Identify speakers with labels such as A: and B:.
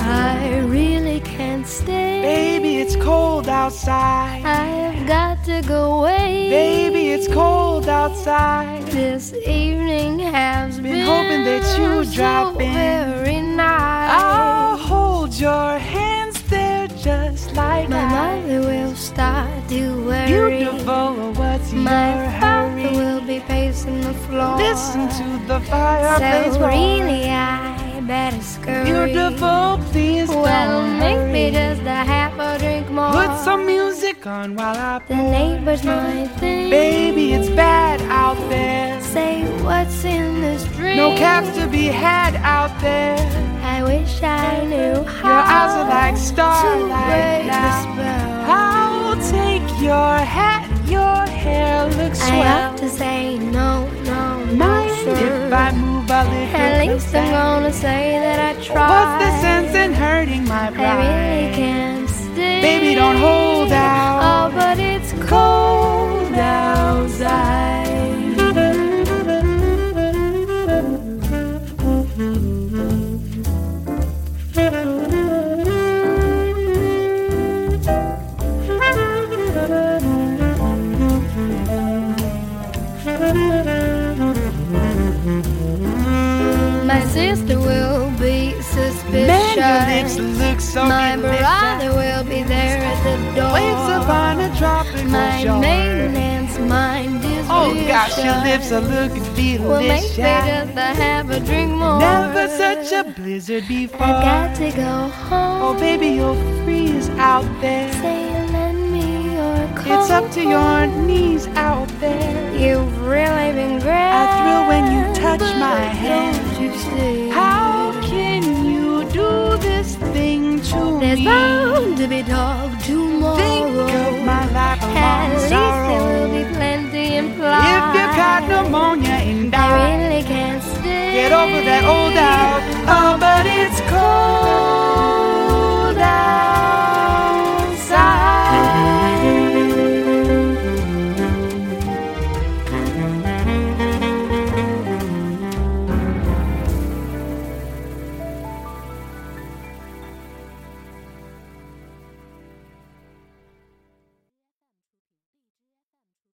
A: I really can't stay.
B: Baby, it's cold outside.
A: I've got to go away.
B: Baby, it's cold outside.
A: This evening has been,
B: Been hoping that you'd
A: so
B: drop in.
A: very nice.
B: I'll hold your hands there just like
A: My
B: I.
A: mother will start to worry.
B: Beautiful, what's
A: My
B: your
A: father
B: hurry?
A: will be pacing the floor.
B: Listen to the fireplace
A: So
B: roar.
A: really, I better scurry.
B: Beautiful, please
A: Well,
B: don't
A: make me
B: hurry.
A: just a half a drink more.
B: Put some music on while I
A: The neighbors might think.
B: Baby, it's bad out there.
A: Say what's in this drink.
B: No caps to be had out there.
A: I wish I knew how.
B: Your eyes are like
A: to break
B: starlight
A: the
B: now.
A: spell.
B: I'll take your hat, your hair looks
A: I
B: swell.
A: have to say no, no, no,
B: Mind
A: sir.
B: if I move a little?
A: At least I'm gonna say that I tried.
B: What's the sense in hurting my
A: I really
B: pride?
A: can't stay.
B: Baby, don't hold out.
A: Oh, but it's
B: Cold outside.
A: my sister will be
B: Man, your lips
A: suspicious.
B: look so
A: My
B: delicious.
A: brother will be there at the door.
B: Waves upon a tropical
A: my
B: shore.
A: maintenance mind is
B: Oh gosh, your lips
A: vicious.
B: are looking
A: Well, make me
B: delicious.
A: just a have a drink more.
B: Never such a blizzard
A: I got
B: before.
A: to go home.
B: Oh baby, you'll freeze out there.
A: Say you lend me your coat.
B: It's up to your knees out there.
A: You've really been great.
B: I thrill when you touch
A: but
B: my hand.
A: Don't you see?
B: How can you do this thing to
A: There's
B: me?
A: bound to be talk tomorrow.
B: Think of my life
A: At
B: along
A: least there will
B: sorrow.
A: be plenty implied.
B: If you caught pneumonia and
A: I
B: died.
A: really can't stay.
B: Get over that old doubt. Oh, but